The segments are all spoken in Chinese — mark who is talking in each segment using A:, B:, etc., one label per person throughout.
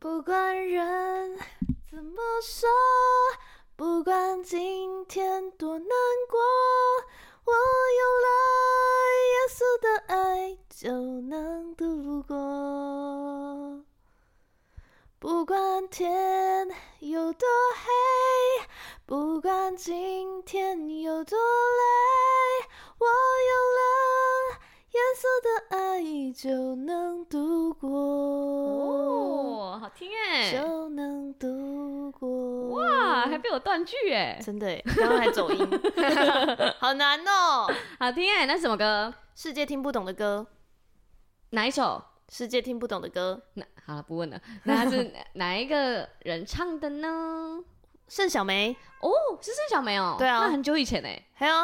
A: 不管人怎么说，不管今天多难过，我有了耶稣的爱，就能度过。不管天有多黑，不管今天有多累，我有了耶稣的爱，就能度过。
B: 哦，好听哎！
A: 就能度过。
B: 哇，还被我断句哎，
A: 真的耶，刚刚还走 音，好难哦、
B: 好听哎！那是什么歌？
A: 世界听不懂的歌，
B: 哪一首？
A: 世界听不懂的歌，
B: 那好了，不问了。那它是 哪哪一个人唱的呢？
A: 盛小梅，
B: 哦，是盛小梅哦，
A: 对啊
B: 那很久以前哎，
A: 还有，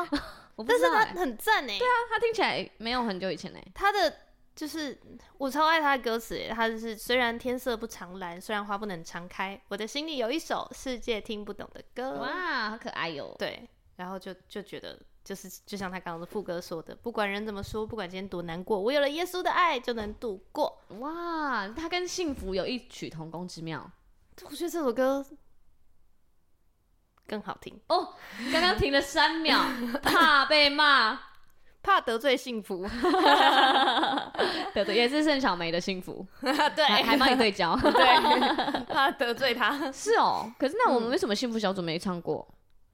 B: 我不
A: 但
B: 知
A: 是
B: 道
A: 她
B: 哎。
A: 很赞哎，
B: 对啊，他听起来没有很久以前哎。
A: 她的就是我超爱她的歌词耶，她就是虽然天色不常蓝，虽然花不能常开，我的心里有一首世界听不懂的歌，
B: 哇，好可爱哦哟！
A: 对，然后就就觉得。就是就像他刚刚的副歌说的，不管人怎么说，不管今天多难过，我有了耶稣的爱就能度过。
B: 哇，他跟幸福有异曲同工之妙
A: 我觉得这首歌更好听，
B: 哦。刚刚停了三秒，怕被骂。
A: 怕得罪幸福。
B: 对对，也是盛小梅的幸福，
A: 对，
B: 还 还帮你对焦。
A: 对，怕得罪他，
B: 是哦，可是那
A: 嗯
B: 我们为什么幸福小组没唱过？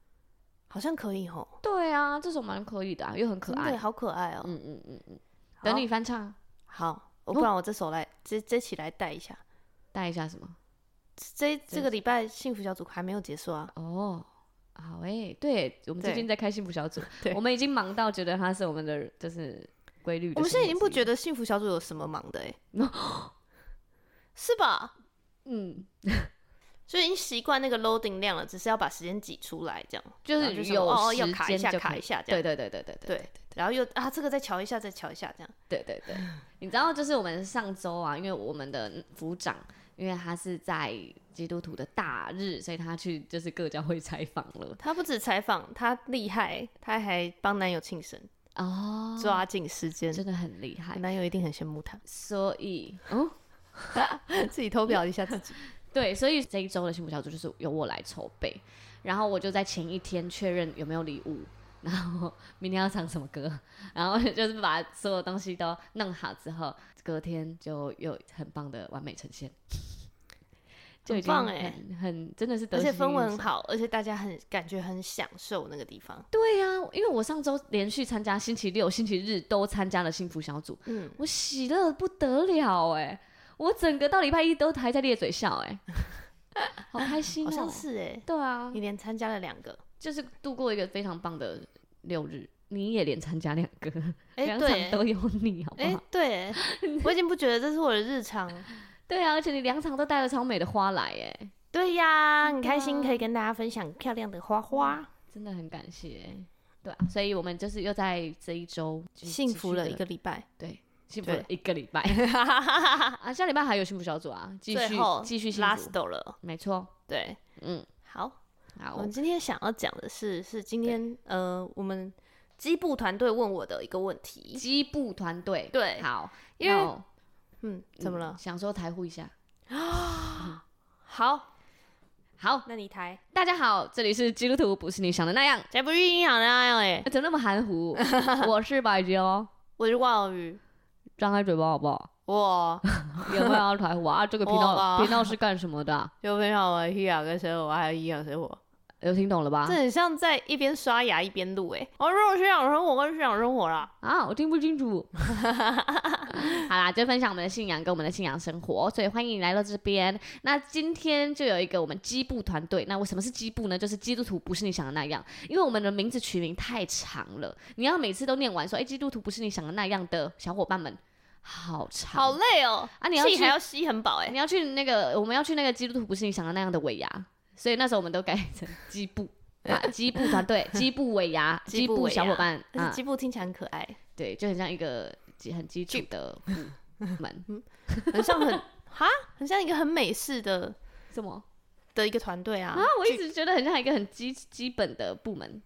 A: 好像可以吼，
B: 对啊，这首蛮可以的、啊，又很可爱
A: 对，。好可爱哦、
B: 嗯嗯嗯嗯，等你翻唱，
A: 好，好我不然我这首来这这期来带一下。
B: 带一下什么？
A: 这这个礼拜幸福小组还没有结束啊，
B: 哦，好诶、对我们最
A: 对
B: 近在开幸福小组
A: 对，
B: 我们已经忙到觉得它是我们的就是规律
A: 我
B: 的生活之一。
A: 们现在已经不觉得幸福小组有什么忙的 哎、是吧？
B: 嗯，
A: 就已经习惯那个 loading 量了，只是要把时间挤出来，这样
B: 就
A: 然后
B: 是
A: 什么
B: 有
A: 哦哦要
B: 时
A: 卡一
B: 间
A: 下
B: 就
A: 卡
B: 可以
A: 一下这
B: 对
A: 样，
B: 对对对对
A: 对然后又啊这个再瞧一下再瞧一下这样，
B: 对对对，你知道，就是我们上周啊，因为我们的组长，因为他是在基督徒的大日，所以他去就是各教会采访了。
A: 她不止采访，她厉害，她还帮男友庆生，
B: 哦，
A: 抓紧时间。
B: 真的很厉害。
A: 男友一定很羡慕 她，
B: 嗯所以，哦，
A: 自己偷表一下自 己。
B: 对，所以这一周的幸福小组就是由我来筹备，然后我就在前一天确认有没有礼物，然后 明天要唱什么歌，然后就是把所有东西都弄好之后，隔天就有很棒的完美呈现，就已经
A: 棒
B: 很
A: 欸
B: 很真的是得
A: 而且
B: 心应手，
A: 氛围很好，而且大家很感觉很享受那个地方。
B: 对呀、因为我上周连续参加星期六、星期日都参加了幸福小组，
A: 嗯，
B: 我喜乐得不得了哎、我整个到礼拜一都还在咧嘴笑 哎、好开心、哦，
A: 好像是哎、
B: 对啊
A: 你，连参加了两个，
B: 就是度过一个非常棒的六日。你也连参加两个，
A: 哎、
B: 两、
A: 对
B: 场
A: 欸、
B: 都有你，好不
A: 哎、
B: 好？
A: 对欸、我已经不觉得这是我的日常。
B: 对啊，而且你两场都带了超美的花来，哎，
A: 对呀，很开心
B: 真的啊嗯
A: 可以跟大家分享漂亮的花花，
B: 真的很感谢欸，对啊，所以我们就是又在这一周就
A: 幸福了
B: 继
A: 一
B: 续地，
A: 个礼拜。
B: 对，幸福
A: 对
B: 了一 个礼拜啊，下礼拜还有幸福小组啊，继
A: 最
B: 续
A: 后
B: 继续幸
A: last
B: 福，
A: 了，
B: 没错，
A: 对，
B: 嗯，
A: 好。我
B: 好
A: 们，今天想要讲的是，是今天呃，我们机部团队问我的一个问题。
B: 基部团队，
A: 对
B: 好，
A: 哎因为
B: 那我
A: 嗯，怎么
B: 嗯
A: 了？
B: 想说台呼一下，
A: 嗯好，
B: 好，
A: 那你抬。
B: 大家好，这里是基督徒，不是你想的那样，
A: 才不是营养的啊！哎，
B: 怎么那么 含糊？我是白洁哦，
A: 我是王宇，
B: 张开嘴巴好不好？
A: 我
B: 有没有要台呼啊？啊这个 频
A: 我吧
B: 道频道是干什么的啊？
A: 就分享我的营养跟生活，还有营养生活。
B: 有听懂了吧
A: 这？很像在一边刷牙一边录哎。我说我学养生活跟学养生活啦。
B: 啊，我听不清楚。 好啦，就分享我们的信仰跟我们的信仰生活，所以欢迎你来到这边。那今天就有一个我们基部团队。那我什么是基部呢？就是基督徒不是你想的那样，因为我们的名字取名太长了，你要每次都念完说，哎、基督徒不是你想的那样的小伙伴们，好长。
A: 好累哦，
B: 啊，你要
A: 气
B: 去
A: 还要吸很饱哎。
B: 你要去那个，我们要去那个基督徒不是你想的那样的尾牙，所以那时候我们都改成基部啊，基部团队、 基部尾牙、
A: 基
B: 基
A: 部
B: 部
A: 尾牙
B: 小伙伴
A: 但
B: 啊
A: 是，机部听起来很可爱，
B: 对，就很像一个基很基础的部门。
A: 很像 很哈，很像一个很美式的
B: 什么
A: 的一个团队啊
B: 啊。？我一直觉得很像一个很基基本的部 门，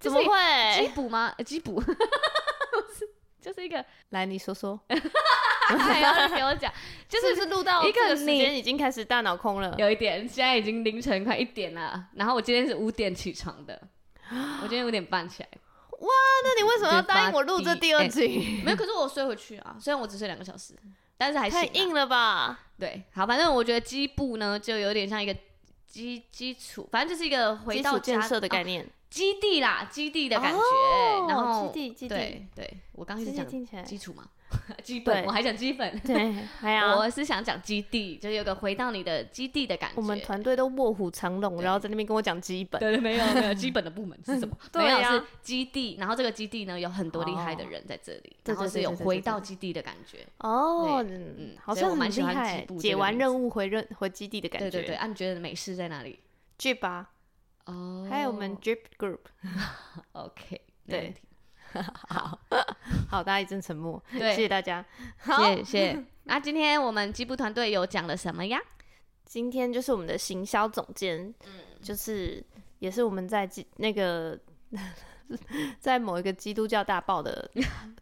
A: 怎么
B: 基
A: 会？
B: 补吗？呃基补，不是就是一个
A: 来，你说说。
B: 还要给我讲，就是
A: 不是录到
B: 一个
A: 这时
B: 你
A: 间已经开始大脑空了？
B: 有一点，现在已经凌晨快一点了。然后我今天是五点起床的， 我今天五点半起来，
A: 哇，那你为什么要答应我录这第二集？
B: 没有，可是我睡回去啊。虽然我只睡两个小时，但是还行
A: 太
B: 啊、
A: 硬了吧？
B: 对，好，反正我觉得基部呢，就有点像一个基基础，反正就是一个回
A: 基
B: 到
A: 础
B: 家
A: 建设的
B: 哦
A: 概念
B: 基地啦，基地的感觉。哎
A: 哦
B: 然后
A: 基地基地
B: 对对，我刚刚
A: 基
B: 是
A: 地
B: 讲
A: 听起来
B: 基础嘛， 基本，
A: 对
B: 我还讲基本。
A: 对，哎啊还 有
B: 我是想讲基地，就是有个回到你的基地的感觉。
A: 我们团队都卧虎藏龙，
B: 对
A: 然后在那边跟我讲基本。
B: 对对，没有没有基本的部门是什么？
A: 对
B: 没有
A: 呀
B: 是基地，然后这个基地呢有很多厉害的
A: 哦
B: 人在这里，
A: 对
B: 然后
A: 对
B: 是
A: 对
B: 有
A: 对对
B: 回
A: 对
B: 到
A: 对
B: 基地的感觉。
A: 哦，
B: 对
A: 嗯
B: 嗯
A: 好
B: 所以
A: 像
B: 我
A: 很
B: 蛮喜
A: 厉
B: 欢
A: 害
B: 吉布，这
A: 解
B: 个
A: 完
B: 名
A: 任务回任回基地的感
B: 对
A: 觉。
B: 对对，啊，你觉得美式在哪里？
A: ，Jip 啊，
B: 哦，
A: 还有我们 Jip Group。
B: OK，没
A: 对
B: 问题，
A: 好，大家一阵沉默，
B: 对
A: 谢谢大家。
B: 谢谢谢谢。那今天我们吉布团队有讲了什么呀？
A: 今天就是我们的行销总监，
B: 嗯
A: 就是也是我们在基那个在某一个基督教大报 的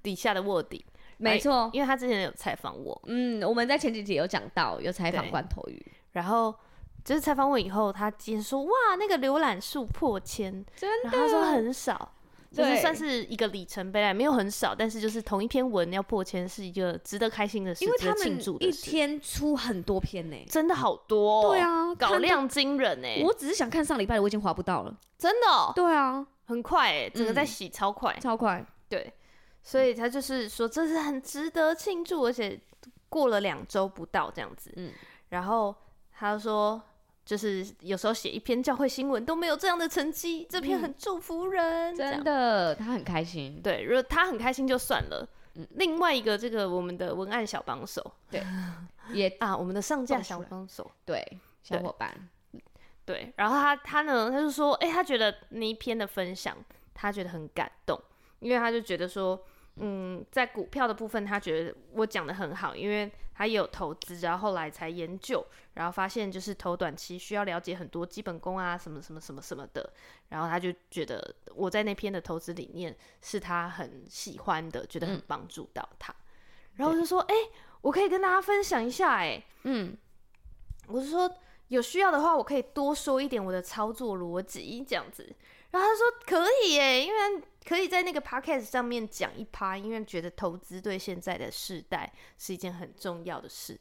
A: 底下的卧底，
B: 没错，
A: 因为他之前有采访我，
B: 嗯，我们在前几集有讲到，有采访
A: 对
B: 罐头鱼，
A: 然后就是采访我以后，他今天说哇，那个浏览数破千，
B: 真
A: 然后他说很少。就是
B: 对
A: 算是一个里程碑来，没有很少，但是就是同一篇文要破千是一个值得开心的事，
B: 因为
A: 值得
B: 他
A: 庆
B: 们
A: 祝的
B: 一
A: 事，
B: 天出很多篇呢。
A: 真的好多、哦，
B: 对，啊，
A: 稿
B: 看到。
A: 量惊人哎、
B: 我只是想看上礼拜的，我已经划不到了。
A: 真的、哦、
B: 对啊，
A: 很快哎、整个在
B: 嗯
A: 洗超快，
B: 超快。
A: 对，所
B: 嗯
A: 以他就是说这是很值得庆祝，而且过了两周不到这样子，
B: 嗯
A: 然后他说。就是有时候写一篇教会新闻都没有这样的成绩，这篇
B: 嗯
A: 很祝福人，这样
B: 真的，他很开心。
A: 对。如果他很开心就算了。
B: 嗯
A: 另外一个这个我们的文案小帮手
B: 也
A: 啊，我们的上架
B: 放出
A: 小
B: 来
A: 帮手，
B: 对，小伙伴，
A: 对。然后他他呢，他就说，哎、他觉得那一篇的分享，他觉得很感动，因为他就觉得说，嗯，在股票的部分，他觉得我讲的很好，因为他也有投资，然后后来才研究，然后发现就是投短期需要了解很多基本功啊，什么什么什么什么的，然后他就觉得我在那篇的投资理念是他很喜欢的，觉得很
B: 嗯
A: 帮助到他，然后我就说，哎、我可以跟大家分享一下、哎，
B: 嗯，
A: 我是说有需要的话，我可以多说一点我的操作逻辑这样子。然后他说可以耶，因为可以在那个 podcast 上面讲一趴，因为觉得投资对现在的世代是一件很重要的事。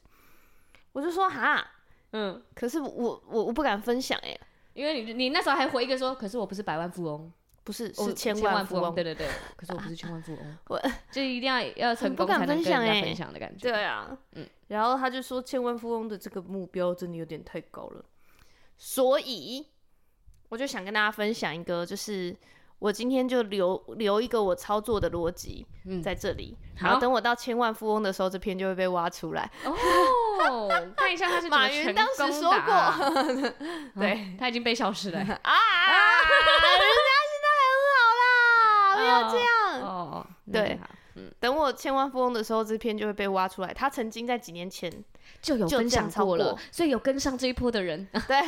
A: 我就说哈，
B: 嗯，
A: 可是我我我不敢分享哎，
B: 因为你你那时候还回一个说，可是我不是百万富翁，
A: 不是
B: 我
A: 是千
B: 哦万
A: 富
B: 翁，对对对，可是我不是千万富 翁，
A: 我
B: 就一定要要成
A: 不
B: 功
A: 敢
B: 才能
A: 分
B: 跟
A: 享
B: 人
A: 欸
B: 家分享的感觉。
A: 对啊，
B: 嗯
A: 然后他就说千万富翁的这个目标真的有点太高了，所以我就想跟大家分享一个，就是我今天就留留一个我操作的逻辑
B: 嗯
A: 在这里，
B: 好
A: 然后等我到千万富翁的时候，这篇就会被挖出来。
B: 哦，看一下他是怎么
A: 马云
B: 成
A: 当时
B: 功
A: 说
B: 的啊，
A: 对
B: 他已经被消失 了欸。
A: 啊，
B: 嗯
A: 人家现在很好啦，不要这样。
B: 哦，哦
A: 对，
B: 那就好嗯，
A: 等我千万富翁的时候，这篇就会被挖出来。他曾经在几年前，
B: 就有
A: 就
B: 分
A: 这样
B: 享
A: 超
B: 过了
A: 过，
B: 所以有跟上这一波的人 哦
A: 对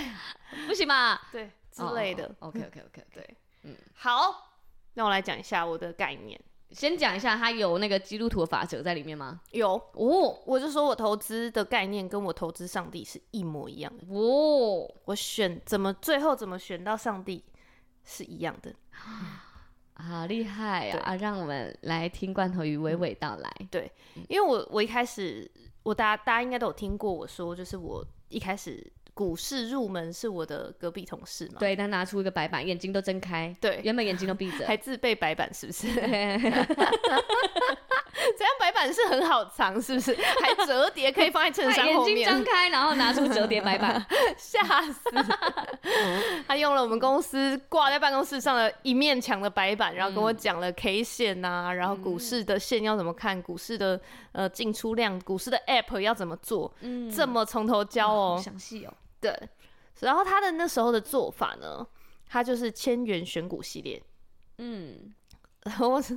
B: 不行吧？
A: 对之类的。
B: OK OK OK OK，
A: 对，好，那我来讲一下我的概念。
B: 先讲一下，他有那个基督徒的法则在里面吗？
A: 有，
B: 哦
A: 我就说我投资的概念跟我投资上帝是一模一样的，
B: 哦，
A: 我选怎么最后怎么选到上帝是一样的。
B: 好厉害
A: 对嗯
B: 啊！啊让我们来听罐头鱼娓娓道来。嗯
A: 因为我我一开始我大家大家应该都有听过我说，就是我一开始股市入门是我的隔壁同事嘛，
B: 对，他拿出一个白板，眼睛都睁开，
A: 对，
B: 原本眼睛都闭 着。
A: 还自备白板是不是？这
B: 对
A: 样白板是很好藏是不是？还折叠可以放在衬
B: 他
A: 衫
B: 眼
A: 后
B: 睛张
A: 面，
B: 开，然后拿出折叠 白板，
A: 吓死！
B: 嗯
A: 他用了我们公司挂在办公室上的一面墙的白板，然后跟我讲
B: 嗯
A: 了 K 线呐、然后股市的线要怎么看，股市的呃进出量，股市的 App 要怎么做，
B: 嗯，
A: 这么从头教哦。
B: 好详细哦。
A: 对，然后他的那时候的做法呢，他就是千元选股系列。
B: 嗯，
A: 然后 我是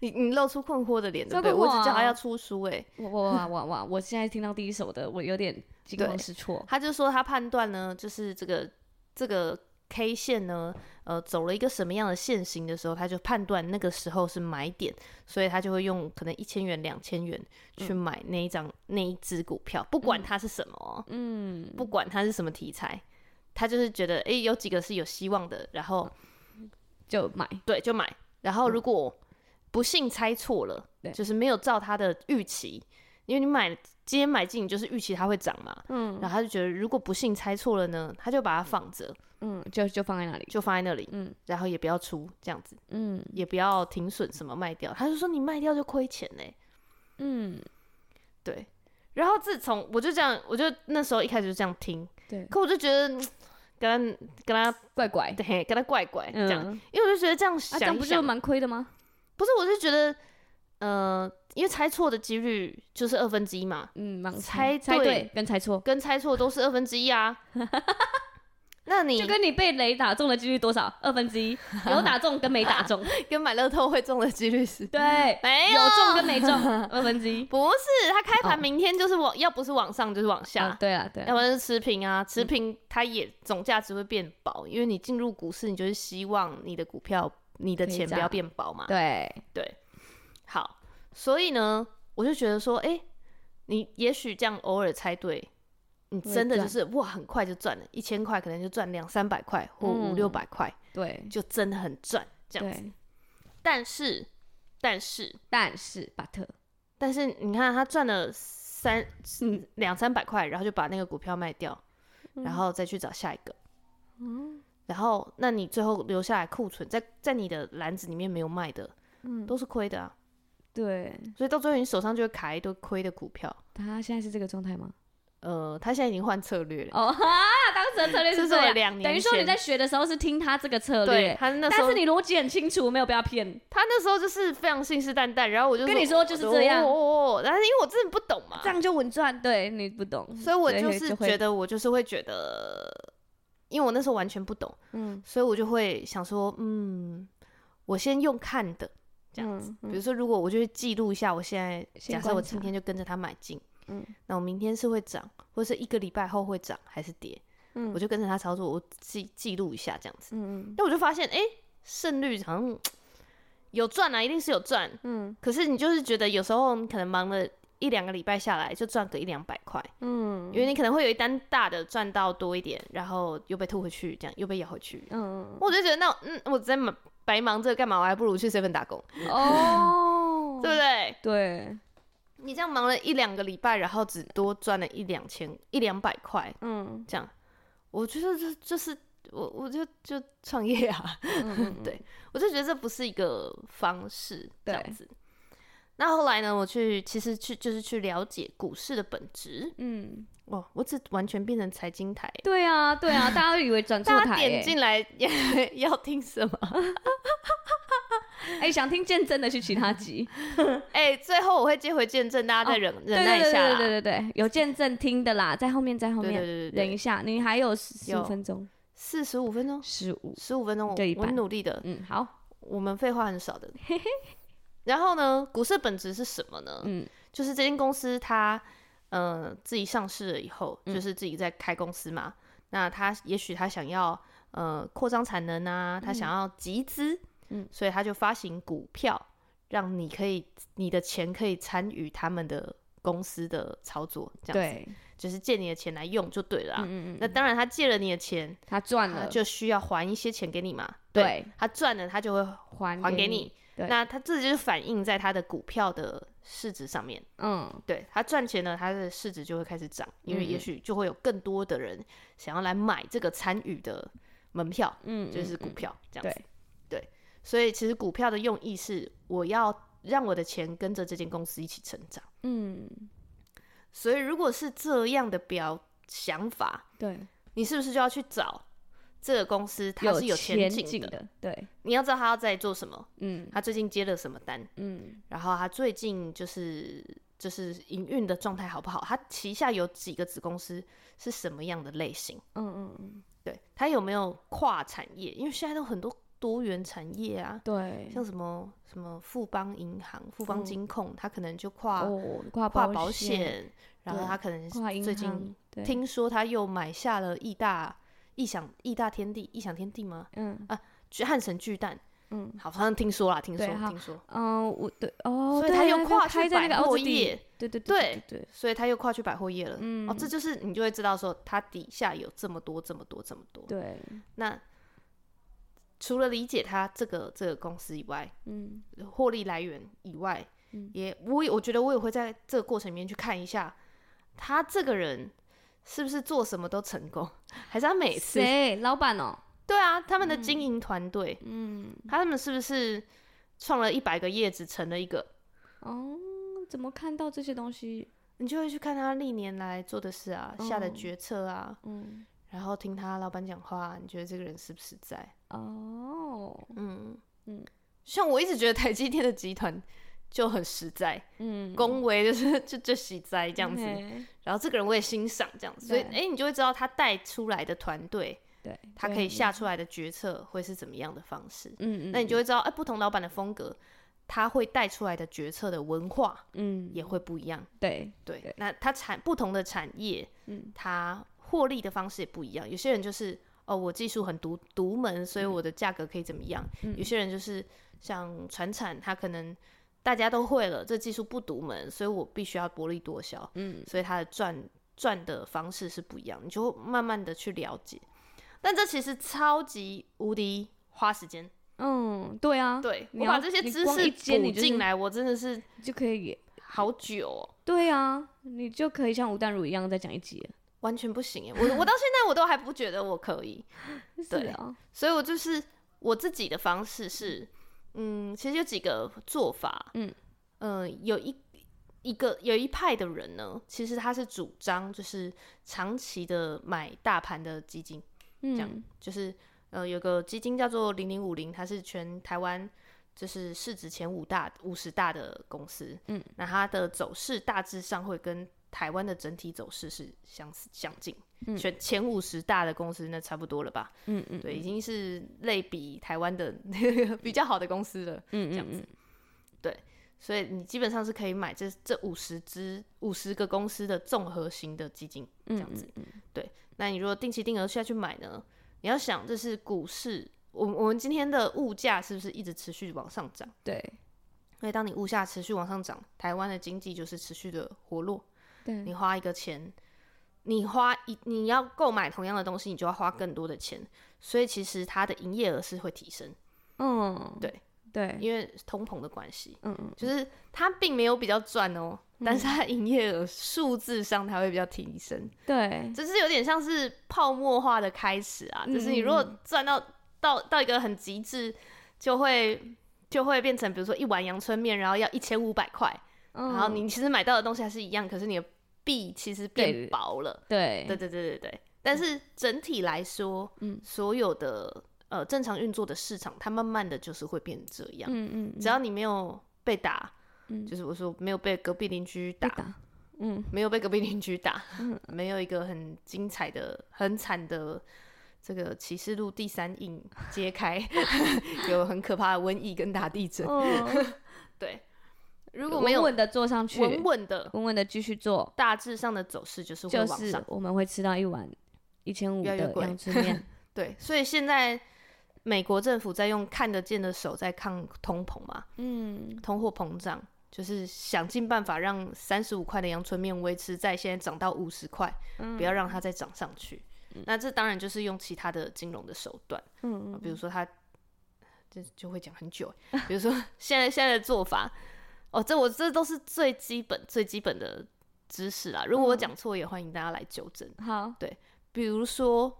A: 你你露出困惑的脸，对不对？
B: 超
A: 我
B: 困惑啊
A: 只叫他要出书、欸，
B: 哇哇哇哇哇！我现在听到第一首的，我有点惊
A: 对
B: 慌失措。
A: 他就说他判断呢，就是这个这个 K 线呢，呃，走了一个什么样的线型的时候，他就判断那个时候是买点，所以他就会用可能一千元、两千元去买那一张、那一只股票，不管它是什么哦、
B: 嗯，
A: 不管它是什么题材，他就是觉得诶、有几个是有希望的，然后
B: 就买。
A: 对就买，然后如果不幸猜错了，
B: 嗯对
A: 就是没有照他的预期，因为你买今天买进，你就是预期它会涨嘛，
B: 嗯
A: 然后他就觉得如果不幸猜错了呢，他就把它放着，
B: 嗯，就就放在那里。
A: 就放在那里，
B: 嗯
A: 然后也不要出这样子，
B: 嗯
A: 也不要停损什么卖掉，他就说你卖掉就亏钱嘞、
B: 嗯，
A: 对。然后自从我就这样，我就那时候一开始就这样听，
B: 对，
A: 可我就觉得嗯跟他跟他
B: 怪怪。
A: 对跟他怪怪这样，
B: 嗯，
A: 因为我就觉得这样
B: 啊，
A: 想
B: 这样
A: 一
B: 不就
A: 想，
B: 蛮亏的吗？
A: 不是，我就觉得呃，因为猜错的几率就是二分之一嘛，
B: 嗯，盲
A: 猜
B: 猜
A: 对
B: 对跟猜错，
A: 跟猜错都是二分之一啊。 那你
B: 就跟你被雷打中的几率多少？二分之一，有打中跟没打 中，
A: 跟买乐透会中的几率是
B: 对，
A: 没
B: 有 中跟没中，二分之一。
A: 不是，它开
B: 哦
A: 盘明天就是往，要不是往上就是往下，
B: 啊，对了，对
A: 要
B: 啦，
A: 不然就是持平啊。持平它也总价值会变薄，因为你进入股市，你就是希望你的股票、你的
B: 可以
A: 钱不
B: 涨
A: 要变薄嘛。
B: 对，
A: 对，好，所以呢，我就觉得说，哎、你也许这样偶尔猜对，你
B: 会
A: 真的就
B: 赚
A: 是哇，很快就赚了，一千块可能就赚两三百块或五
B: 嗯
A: 六百块，
B: 对，
A: 就真的很赚这样子。
B: 对。
A: 但是，但是，
B: 但是巴特，
A: 但是你看他赚了三
B: 嗯
A: 两三百块，然后就把那个股票卖掉，
B: 嗯
A: 然后再去找下一个。
B: 嗯
A: 然后，那你最后留下来库存，在在你的篮子里面没有卖的，
B: 嗯，
A: 都是亏的啊。
B: 对，
A: 所以到最后，你手上就会卡一堆亏的股票。
B: 他现在是这个状态吗？
A: 呃，他现在已经换策略了，
B: 哦，哈，当时的策略
A: 这
B: 是
A: 是
B: 这
A: 我
B: 样，
A: 两年
B: 等于说
A: 前
B: 你在学的时候是听他这个策
A: 对
B: 略，
A: 他那时
B: 但
A: 候
B: 是，你逻辑很清楚，没有被他骗。
A: 他那时候就是非常信誓旦旦，然后我就
B: 跟你说就是这样
A: 哦哦哦哦但是因为我真的不懂嘛
B: 这，样就稳赚，对你不懂，
A: 所以我
B: 对
A: 就
B: 会
A: 是
B: 就会
A: 觉得我就是会觉得，因为我那时候完全不懂，
B: 嗯，
A: 所以我就会想说，嗯，我先用看的，这样
B: 子，
A: 比如说，如果我就会记录一下，我现在
B: 先
A: 假设我
B: 观察
A: 今天就跟着它买进，
B: 嗯，
A: 那我明天是会涨，或是一个礼拜后会涨还是跌，
B: 嗯
A: 我就跟着它操作，我记记录一下这样子。
B: 嗯
A: 但我就发现，哎、胜率好像嗯有赚啊，一定是有赚，
B: 嗯
A: 可是你就是觉得有时候嗯你可能忙了一两个礼拜下来就赚个一两百块，
B: 嗯
A: 因为你可能会有一单大的赚到多一点，然后又被吐回去，这样又被咬回去。
B: 嗯，
A: 我就觉得那嗯，我在忙白忙这个干嘛？我还不如去 seven 打工，
B: 哦，
A: 嗯对不对？
B: 对，
A: 你这样忙了一两个礼拜，然后只多赚了一两千、一两百块，
B: 嗯
A: 这样，我觉得这就是我，我就就创业啊，
B: 嗯，
A: 对我就觉得这不是一个方式，这
B: 对
A: 样子。那后来呢，我去其实去就是去了解股市的本质，
B: 嗯，
A: 哇，我只完全变成财经台，
B: 对啊，对 啊，大家都以为转错
A: 大家
B: 台
A: 点
B: 欸，
A: 进来要听什么？
B: 哎，想听见证的去其他 集，
A: 哎、最后我会接回见证，大家再忍、忍耐一下啦。
B: 对对对对对，有见证听的啦，在后面，在后
A: 对对
B: 面
A: 对对
B: 忍一下，你还有十
A: 有
B: 五分钟，
A: 四十五分钟，
B: 十五，
A: 十五分钟，我
B: 对一
A: 我
B: 半
A: 努力的，
B: 嗯，好，
A: 我们废话很少的。 然后呢，股市的本质是什么呢？
B: 嗯
A: 就是这间公司它呃自己上市了以后，
B: 嗯
A: 就是自己在开公司嘛。那他也许他想要呃扩张产能啊，他想要集资，
B: 嗯
A: 所以他就发行股票，让你可以你的钱可以参与他们的公司的操作，这样子
B: 对，
A: 就是借你的钱来用就对了啊、
B: 嗯嗯
A: 那
B: 嗯，
A: 当然，他借了你的钱，
B: 他赚
A: 他
B: 了，
A: 就需要还一些钱给你嘛。
B: 对，
A: 他赚了，他就会
B: 还
A: 还给
B: 你，
A: 你。
B: 对
A: 那它这就是反映在它的股票的市值上面。
B: 嗯，
A: 对，它赚钱了，它的市值就会开始涨，因为
B: 嗯
A: 也许就会有更多的人想要来买这个参与的门票，
B: 嗯，
A: 就是
B: 嗯
A: 股
B: 嗯
A: 票这样子。对，所以其实股票的用意是我要让我的钱跟着这间公司一起成长。
B: 嗯，
A: 所以如果是这样的表想法，
B: 对，
A: 你是不是就要去找这个公司它是有
B: 前
A: 景的？
B: 的，对，
A: 你要知道它要在做什么，
B: 嗯
A: 它最近接了什么单。
B: 嗯
A: 然后他最近就是就是营运的状态好不好？他旗下有几个子公司是什么样的类型？
B: 嗯嗯嗯，
A: 对他有没有跨产业？因为现在都很多多元产业啊，
B: 对，
A: 像什么什么富邦银行、富邦
B: 嗯
A: 金控，他可能就跨、
B: 哦，挂
A: 跨
B: 保
A: 保
B: 险，
A: 险，然后
B: 对
A: 他可能
B: 挂银
A: 最
B: 行
A: 近
B: 对
A: 听说他又买下了义大异想异大天地，异想天地吗？
B: 嗯
A: 巨汉神巨蛋，
B: 嗯
A: 好，好像听说啦，听说
B: 对哈
A: 听说，
B: 嗯，我对哦，
A: 所以
B: 对
A: 他
B: 那
A: 又
B: 个
A: 跨
B: 开
A: 去
B: 在
A: 百
B: 那个奥
A: 货
B: 地利
A: 业，
B: 对对
A: 对
B: 对对，
A: 所以他又跨去百货业了。
B: 嗯，
A: 哦，这就是你就会知道说，它底下有这么多、这么多、这么多。
B: 对，
A: 那除了理解它这个这个公司以外，
B: 嗯
A: 获利来源以外，
B: 嗯
A: 也我也我觉得我也会在这个过程里面去看一下，他这个人是不是做什么都成功， 还是他每次
B: 谁老板哦？
A: 对啊，他们的经营团队，
B: 嗯
A: 他们是不是创了一百个叶子成了一个？
B: 哦，怎么看到这些东西？
A: 你就会去看他历年来做的事啊，下的
B: 嗯
A: 决策啊，
B: 嗯
A: 然后听他老板讲话，你觉得这个人实不实在？
B: 哦，
A: 嗯
B: 嗯
A: 嗯，像我一直觉得台积电的集团就很实在，
B: 嗯，
A: 恭维就是就就喜在这
B: 这
A: 样子，然后这个人我也欣赏这样子，所以哎、
B: 对
A: 诶你就会知道他带出来的团队，
B: 对，
A: 他
B: 对
A: 可以，下出来的决策会是怎么样的方式，
B: 嗯嗯，
A: 那你就会知道，哎、不同老板的风格，他会带出来的决策的文化
B: 嗯
A: 也会不一样。
B: 对，
A: 对，
B: 对
A: 那它产不同的产业，
B: 嗯
A: 它获利的方式也不一样。有些人就是哦，我技术很独独门，所以我的价格可以怎么样？
B: 嗯
A: 有些人就是像船产，它可能大家都会了，这技术不独门，所以我必须要薄利多销，
B: 嗯
A: 所以它的赚赚的方式是不一样，你就会慢慢的去了解。但这其实超级无敌花时间，
B: 嗯，对啊，
A: 对
B: 你
A: 我
B: 要
A: 把这些
B: 你
A: 知
B: 光
A: 识
B: 一接
A: 补
B: 你就是
A: 进来，我真的是
B: 就可以，
A: 好久、哦。
B: 对啊，你就可以像吴淡如一样再讲一集了，
A: 完全不行耶！欸我我到现在我都还不觉得我可以，
B: 是
A: 对
B: 啊，
A: 所以我就是我自己的方式是，嗯，其实有几个做法，
B: 嗯
A: 嗯、有一一个有一派的人呢，其实他是主张就是长期的买大盘的基金，
B: 这
A: 样就是呃有个基金叫做零零五零，它是全台湾就是市值前五大五十大的公司，
B: 嗯，
A: 那它的走势大致上会跟台湾的整体走势是相似相近，
B: 嗯
A: 全前五十大的公司那差不多了吧？
B: 嗯嗯，
A: 对，已经是类比台湾的 那个比较好的公司了，
B: 嗯
A: 这样子，对。所以你基本上是可以买这这五十只五十个公司的综合型的基金，
B: 这
A: 这样子，对，那你如果定期定额下去买呢，你要想这是股市，我们我们今天的物价是不是一直持续往上涨？
B: 对
A: 所以当你物价持续往上涨，台湾的经济就是持续的活络。
B: 对，
A: 你花一个钱，你花一你要购买同样的东西，你就要花更多的钱，所以其实它的营业额是会提升，
B: 嗯，
A: 对
B: 对，
A: 因为通膨的关系，
B: 嗯嗯，
A: 就是它并没有比较赚哦，但是它营业额数字上它会比较提升。
B: 对，
A: 这是有点像是泡沫化的开始啊，
B: 嗯
A: 就是你如果赚到到到一个很极致，就会就会变成比如说一碗阳春面，然后要一千五百块，然
B: 然
A: 后你其实买到的东西还是一样，可是你的币其实变
B: 对
A: 薄了。
B: 对
A: 对对对对对，但是整体来说，
B: 嗯
A: 所有的呃正常运作的市场，它慢慢的就是会变这样，
B: 嗯嗯，
A: 只要你没有被打。
B: 嗯
A: 就是我说没有被隔壁邻居打
B: 被，打，嗯
A: 没有被隔壁邻居打， 没有一个很精彩的、很惨的这个启示录第三印揭开， 有很可怕的瘟疫跟大地震。
B: 哦，
A: 对， 如
B: 如
A: 果没有
B: 稳稳的坐上去，
A: 稳稳的，
B: 稳稳的继续做，
A: 大致上的走势就是会
B: 就
A: 往
B: 是
A: 上。
B: 我们会吃到一碗一千五
A: 越来
B: 的
A: 越贵
B: 阳春 面。
A: 对，所以现在美国政府在用看得见的手在抗通膨嘛，
B: 嗯，
A: 通货膨胀。就是想尽办法让三十五块的阳春面维持在现在涨到五十块，
B: 不
A: 不要让它再涨上去。那这当然就是用其他的金融的手段。
B: 嗯
A: 比如说他这就会讲很久欸，比如说现在现在的做法，哦，这我这都是最基本最基本的知识啦。如果我讲错，也欢迎大家来纠正。
B: 嗯，好，
A: 比如说，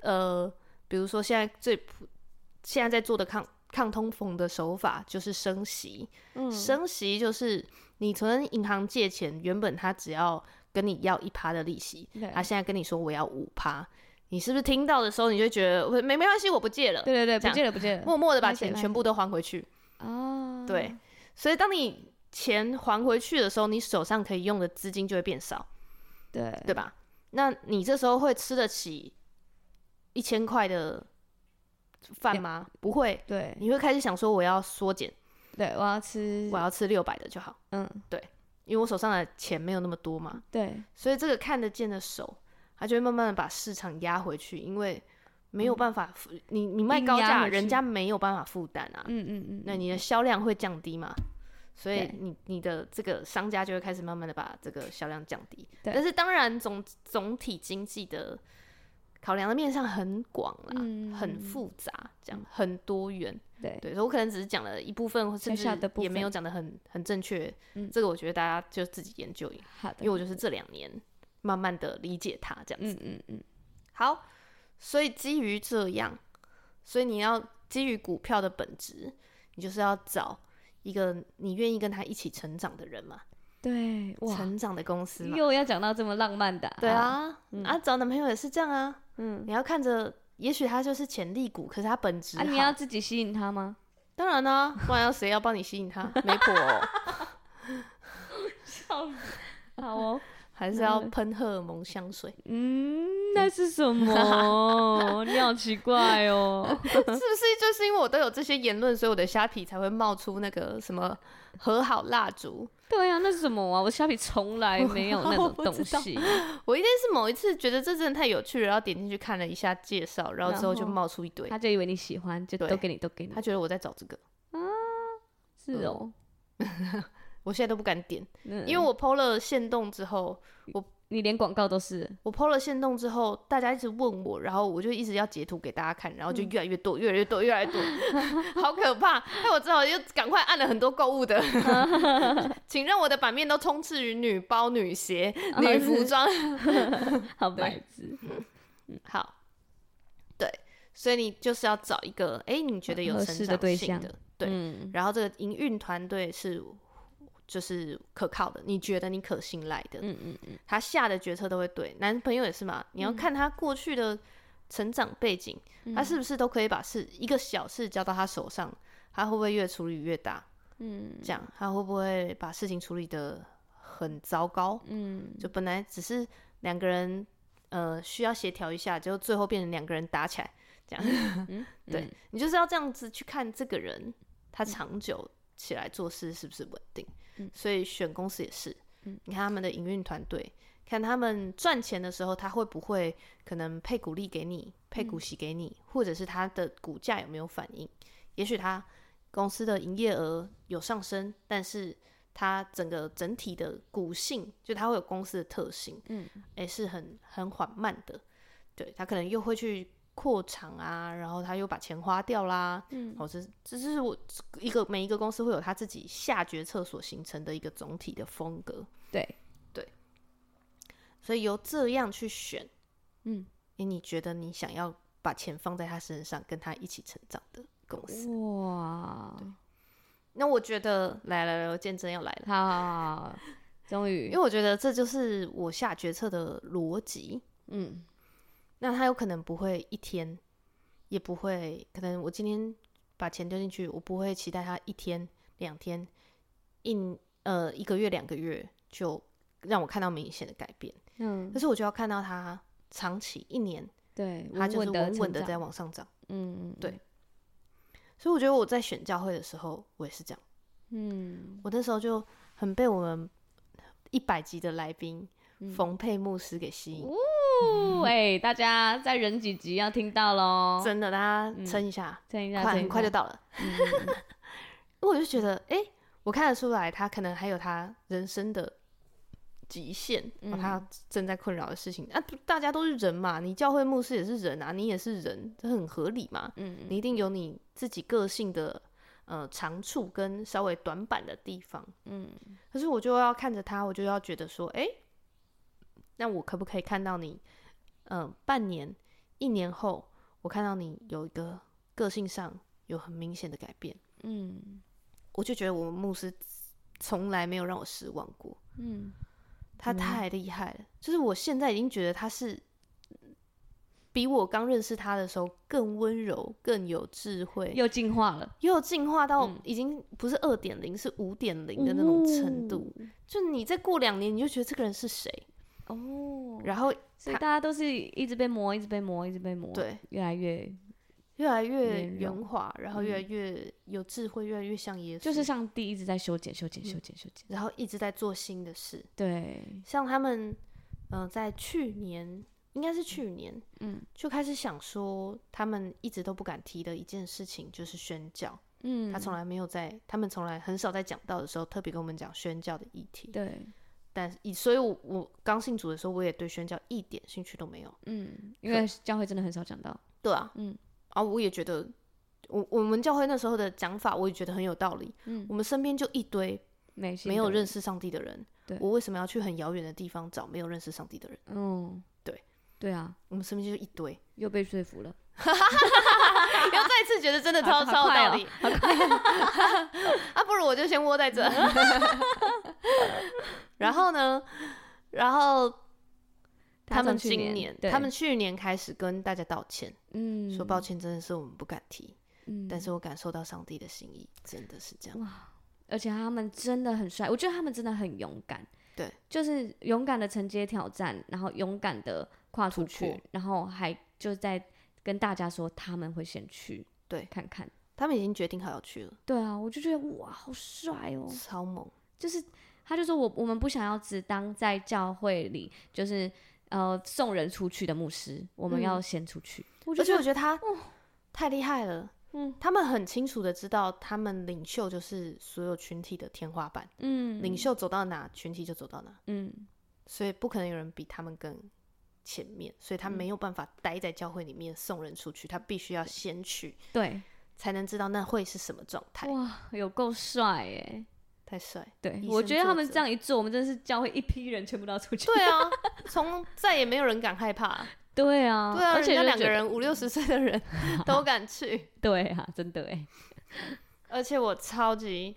A: 呃，比如说现在最普现在在做的抗抗通膨的手法就是升息，
B: 嗯
A: 升息就是你从银行借钱，原本他只要跟你要一趴的利息，
B: 对
A: 他现在跟你说我要五趴。你是不是听到的时候，你就觉得我没没关系，我不借了，
B: 对对对，
A: 这
B: 不
A: 样
B: 见了不见了
A: 默默的把
B: 了解
A: 钱
B: 了
A: 全部都还回去。
B: 啊，
A: 对，所以当你钱还回去的时候，你手上可以用的资金就会变少，
B: 对
A: 对吧？那你这时候会吃得起一千块的饭吗？不会，
B: 对
A: 你会开始想说我要缩减，
B: 对，我要吃
A: 我，要吃六百的就好，
B: 嗯，
A: 因为我手上的钱没有那么多嘛。
B: 对，
A: 所以这个看得见的手，它就会慢慢的把市场压回去，因为没有办法付，你你卖
B: 硬
A: 高
B: 压
A: 价，
B: 回
A: 人
B: 去
A: 家没有办法负担啊，
B: 嗯嗯嗯，
A: 那你的销量会降低嘛？所以
B: 对
A: 你你的这个商家就会开始慢慢的把这个销量降低。
B: 对
A: 但是当然总总体经济的考量的面向很广啦，
B: 嗯
A: 很复杂，这样很多元。
B: 对
A: 对，所以我可能只是讲了一部分，甚
B: 小小
A: 至
B: 的部
A: 也没
B: 分
A: 有讲的很很正确。
B: 嗯
A: 这个我觉得大家就自己研究一下，
B: 好
A: 因
B: 的
A: 为，我就是这两年慢慢的理解它这样子。
B: 嗯嗯嗯，
A: 好，所以基于这样，所以你要基于股票的本质，你就是要找一个你愿意跟他一起成长的人嘛，
B: 对，哇，
A: 成长的公司嘛。
B: 又要讲到这么浪漫的，
A: 对，啊，
B: 嗯
A: 啊，找男朋友也是这样啊，
B: 嗯，
A: 你要看着，也许他就是潜力股，可是他本质
B: 啊，
A: 好。
B: 你要自己吸引他吗？
A: 当然啦、不然要谁要帮你吸引 他？媒婆哦、
B: 笑死，好哦，
A: 还是要喷荷尔蒙香水？
B: 嗯，那是什么？ 你好奇怪哦，
A: 是不是就是因为我都有这些言论，所以我的虾皮才会冒出那个什么和好蜡烛？
B: 对啊，那是什么啊？我虾皮从来没 有那
A: 我
B: 种
A: 不
B: 东
A: 知道
B: 西，
A: 我一定是某一次觉得这真的太有趣了，然后点进去看了一下介绍，然后之后就
B: 然后
A: 冒出一堆。
B: 他就以为你喜欢，就
A: 对
B: 都给你，都给你
A: 他，觉得我在找这个，
B: 是哦，
A: 我现在都不敢点，
B: 因
A: 因为我 PO 了限动之后，
B: 你连广告都是，
A: 我 PO 了限动之后，大家一直问我，然后我就一直要截图给大家看，然后就
B: 嗯
A: 越来越多，越来越多，越来越多， 好可怕！害我只好又赶快按了很多购物 的， 请让我的版面都充斥于女包、女鞋、
B: 哦
A: 女服装。
B: 好
A: 对
B: 白痴，
A: 好，对，所以你就是要找一个，哎、你觉得有
B: 合
A: 成
B: 适的
A: 长
B: 对
A: 性
B: 象
A: 的，对，
B: 嗯
A: 然后这个营运团队是就是可靠的，你觉得你可信赖的，
B: 嗯嗯，
A: 他下的决策都会对。男朋友也是嘛，你要看他过去的成长背景，他是不是都可以把事一个小事交到他手上，他会不会越处理越大？嗯，这样他会不会把事情处理的很糟糕？嗯，就本来只是两个人呃需要协调一下，结果最后变成两个人打起来，这样。 对你就是要这样子去看这个人，他长久起来做事是不是稳定。所以选公司也是，你看他们的营运团队，看他们赚钱的时候，他会不会可能配股利给你，配股息给你，或者是他的股价有没有反应？也许他公司的营业额有上升，但是它整个整体的股性，就它会有公司的特性，嗯，也是很很缓慢的。对，他可能又会去扩厂啊，然后他又把钱花掉啦，嗯，哦，这这是我一个每一个公司会有他自己下决策所形成的一个总体的风格，
B: 对，
A: 所以由这样去选，嗯，你觉得你想要把钱放在他身上，跟他一起成长的公司？
B: 哇，
A: 那我觉得，来来来，我见证要来了。
B: 好好，好终
A: 因
B: 于
A: 为，我觉得这就是我下决策的逻辑。
B: 嗯，
A: 那他有可能不会一天，也不会，可能我今天把钱丢进去，我不会期待他一天、两天、一呃一个月、两个月就让我看到明显的改变。
B: 嗯，
A: 可是我就要看到他长期一年，
B: 对，
A: 他就是
B: 的
A: 稳稳的
B: 成
A: 在
B: 长，
A: 往上涨。
B: 嗯，嗯
A: 对所以我觉得我在选教会的时候，我也是这样。
B: 嗯，
A: 我那时候就很被我们一百集的来宾
B: 嗯
A: 冯佩牧师给吸引。
B: 哦， 哎，大家在忍几集要听到喽，
A: 真的，大家撑一下，
B: 撑哦嗯一下，
A: 快
B: 撑一
A: 很快就
B: 下，
A: 到了。我就觉得，哎、我看得出来，他可能还有他人生的极限，哦
B: 嗯
A: 他正在困扰的事情。啊，大家都是人嘛，你教会牧师也是人啊，你也是人，这很合理嘛。
B: 嗯嗯
A: 你一定有你自己个性的呃长处跟稍微短板的地方。
B: 嗯，
A: 可是我就要看着他，我就要觉得说，哎、那我可不可以看到你，嗯、半年、一年后，我看到你有一个个性上有很明显的改变，
B: 嗯
A: 我就觉得我们牧师从来没有让我失望过，
B: 嗯，
A: 他太厉害了，就是我现在已经觉得他是。比我刚认识他的时候更温柔、更有智慧，
B: 又进化了
A: 又进化到
B: 嗯哦
A: 已经不是二点零，是五点零的那种程度。就你再过两年，你就觉得这个人是谁，
B: 哦，
A: 然后
B: 所以大家都是一直被磨，一直被磨，一直被磨，，
A: 对
B: 越来越
A: 越来越
B: 圆融
A: 圆滑，然后越来越有智慧，越来越像耶稣，
B: 嗯就是上帝一直在修剪、修剪、修
A: 嗯
B: 剪、修剪。
A: 然后一直在做新的事。
B: 对，
A: 呃像他们，嗯、在去年应该是去年，
B: 嗯，
A: 就开始想说，他们一直都不敢提的一件事情就是宣教，
B: 嗯
A: 他从来没有在，他们从来很少在讲到的时候特别跟我们讲宣教的议题。
B: 对，
A: 但以所以我，我刚信主的时候，我也对宣教一点兴趣都没有。
B: 嗯，因为教会真的很少讲到，
A: 对啊，
B: 嗯，
A: 啊，我也觉得，我我们教会那时候的讲法，我也觉得很有道理。
B: 嗯
A: 我们身边就一堆
B: 没
A: 没有认
B: 识，
A: 识上帝的人，
B: 对
A: 我为什么要去很遥远的地方找没有认识上帝的人？
B: 嗯，
A: 对，
B: 对啊，
A: 我们身边就一堆，
B: 又被说服了，
A: 又再一次觉得真的超
B: 好
A: 超有
B: 快哦哦
A: 道理， 啊，不如我就先窝在这。嗯 然后呢，然后他们
B: 去
A: 今
B: 年，对
A: 他们去年开始跟大家道歉，
B: 嗯
A: 说抱，歉，真的是我们不敢提，
B: 嗯
A: 但是我感受到上帝的心意，真的是这样。
B: 而且他们真的很帅，我觉得他们真的很勇敢。
A: 对，
B: 就是勇敢的承接挑战，然后勇敢的跨出
A: 突破
B: 去，然后还就在跟大家说他们会先去，
A: 对
B: 看看。
A: 他们已经决定好要去了，
B: 对啊，我就觉得哇，好帅哦！
A: 超猛。
B: 就是他就说我我们不想要只当在教会里就是呃送人出去的牧师，我们
A: 嗯
B: 要先出去。我
A: 而
B: 就
A: 且
B: 觉
A: 我
B: 得哦
A: 觉得他太厉害了，
B: 嗯
A: 他们很清楚的知道，他们领袖就是所有群体的天花板，
B: 嗯
A: 领袖走到哪，群体就走到哪，
B: 嗯
A: 所以不可能有人比他们更前面，所
B: 嗯
A: 以他没有办法待在教会里面送人出去，他必须要先去，
B: 对
A: 才能知道那会是什么状态。
B: 哇有够帅耶！
A: 太帅！
B: 对
A: 以，
B: 我
A: 身
B: 觉得
A: 作
B: 他们
A: 则
B: 这样一做，我们真的是教会一批人全部都要出去。
A: 对啊，从再也没有人敢害怕。
B: 对啊，
A: 对啊，
B: 而且
A: 人家两
B: 就觉
A: 个
B: 得，
A: 人五六十岁的 人都敢去。
B: 对啊，真的哎，
A: 而且我超级，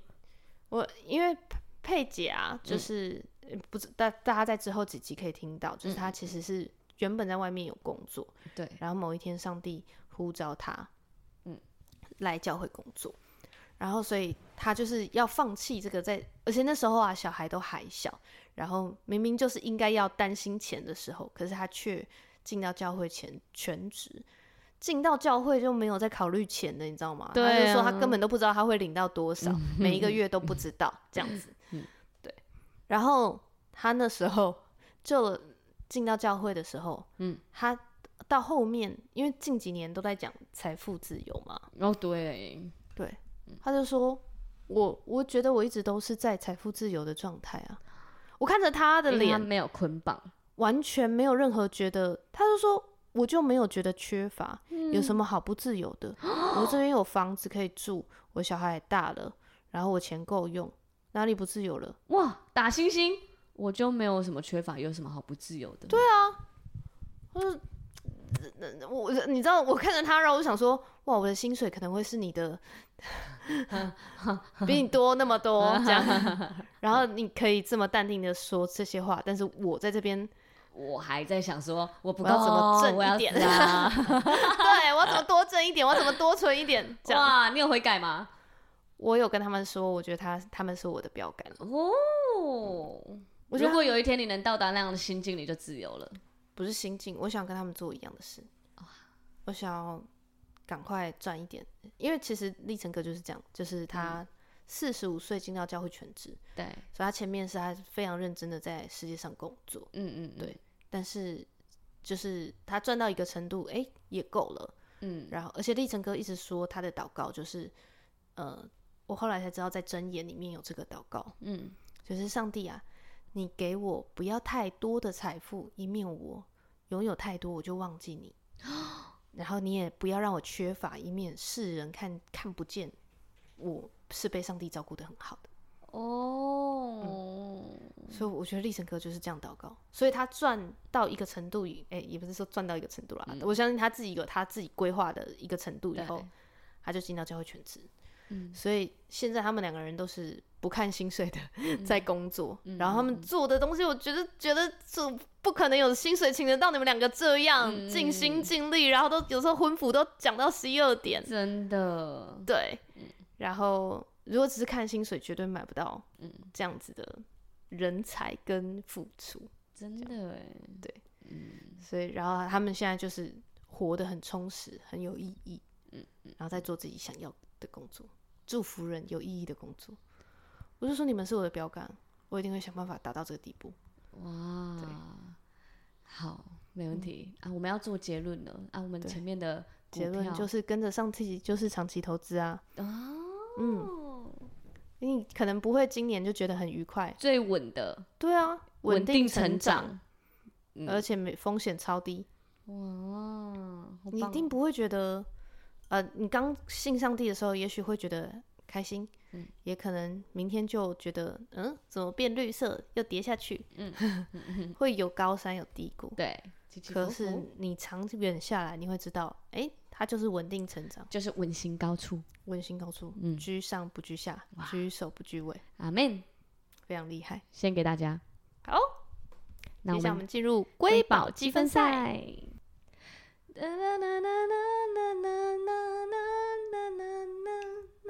A: 我因为佩佩姐啊，
B: 嗯
A: 就是、呃不知大大家在之后几集可以听到，
B: 嗯
A: 就是她其实是原本在外面有工作，
B: 对，
A: 然后某一天上帝呼召她，
B: 嗯，
A: 来教会工作，然后所以她就是要放弃这个在，而且那时候啊小孩都还小，然后明明就是应该要担心钱的时候，可是她却进到教会前全职。进到教会就没有在考虑钱的，你知道吗？
B: 对啊
A: 她就说她根本都不知道她会领到多 少，每一个月都不知道这样子。
B: 嗯
A: 对。然后她那时候就进到教会的时候，
B: 嗯，
A: 她到后面，因为近几年都在讲财富自由嘛，
B: 哦对，
A: 对，
B: 嗯
A: 他就说，我我觉得我一直都是在财富自由的状态啊。我看着他的
B: 因为他
A: 脸，
B: 没有捆绑，
A: 完全没有任何觉得，他就说，我就没有觉得缺乏，有什么好不自由的？我这边有房子可以住，我小孩也大了，然后我钱够用，哪里不自由了？
B: 哇，打星星，我就没有什么缺乏，有什么好不自由的？对啊，
A: 我你知道，我看着他，然后我想说，哇，我的薪水可能会是你的， 比你多那么多这样。然后你可以这么淡定的说这些话，但是我在这边，
B: 我还在想说，我不哦
A: 我要怎么挣
B: 我要
A: 一点
B: 死啊！
A: 对我要怎么多挣一点，我要怎么多存一点， 这样。
B: 哇，你有悔改吗？
A: 我有跟他们说，我觉得他他们是我的标杆，
B: 哦，
A: 我觉得
B: 如果有一天你能到达那样的心境，你就自由了。
A: 不是心境，我想跟他们做一样的事。我想要赶快赚一点，因为其实立成哥就是这样，就是他四十五岁进到教会全职，
B: 对，
A: 所以他前面是他非常认真的在世界上工作，
B: 嗯嗯，嗯
A: 对，但是就是他赚到一个程度，哎、也够了。
B: 嗯
A: 然后，而且立成哥一直说他的祷告就是，呃，我后来才知道在箴言里面有这个祷告，
B: 嗯，
A: 就是上帝啊，你给我不要太多的财富，以免我拥有太多我就忘记你。然后你也不要让我缺乏，以免世人看看不见我是被上帝照顾的很好的。
B: 哦，
A: 所以我觉得立成哥就是这样祷告，所以他赚到一个程度以，哎、也不是说赚到一个程度啦，我相信他自己有他自己规划的一个程度以后
B: 对，
A: 他就进到教会全职。
B: 嗯
A: 所以现在他们两个人都是不看薪水的
B: 嗯
A: 在工作，然后他们做的东西，我觉得觉得这不可能有薪水请得到你们两个这样
B: 嗯
A: 尽心尽力，然后都有时候婚服都讲到十一二点，
B: 真的，
A: 对，
B: 嗯
A: 然后如果只是看薪水，绝对买不到
B: 嗯
A: 这样子的人才跟付出。
B: 真的哎，
A: 对，
B: 嗯
A: 所以，然后他们现在就是活得很充实，很有意义，嗯，然后再做自己想要的工作，祝福人有意义的工作。我就说你们是我的标杆，我一定会想办法达到这个地步。
B: 哇，好，没问题、啊！我们要做结论了啊！我们
A: 对
B: 前面的股
A: 结论
B: 票
A: 就是跟着上期就是长期投资啊，
B: 哦，
A: 嗯，你可能不会今年就觉得很愉快，
B: 最稳的
A: 对啊，稳
B: 定
A: 成
B: 长，，嗯
A: 而且没风险超低，
B: 哇，好
A: 你一
B: 棒哦
A: 定不会觉得，呃，你刚信上帝的时候，也许会觉得开心，
B: 嗯
A: 也可能明天就觉得，嗯，怎么变绿色又跌下去，嗯， 会有高山有低谷
B: 哦，对，起起
A: 可
B: 伏
A: 是
B: 伏
A: 你长远下来，你会知道，哎、它就是稳定成长，
B: 就是稳行高处，
A: 温馨高处，
B: 嗯
A: 居上不居下，居首不居尾，
B: 阿门，
A: 非常厉害。
B: 献给大家。
A: 好，
B: 那
A: 接
B: 我
A: 下来我
B: 们
A: 们进入
B: 瑰
A: 瑰
B: 宝
A: 宝
B: 积
A: 积
B: 分
A: 分赛。
B: 赛。哒啦啦啦啦啦啦啦啦啦啦啦啦啦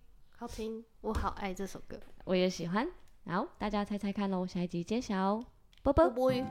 A: 好听，我好爱这首歌。
B: 我也喜欢。好，大家猜猜看喽，下一集揭晓。啵啵。
A: 波鱼。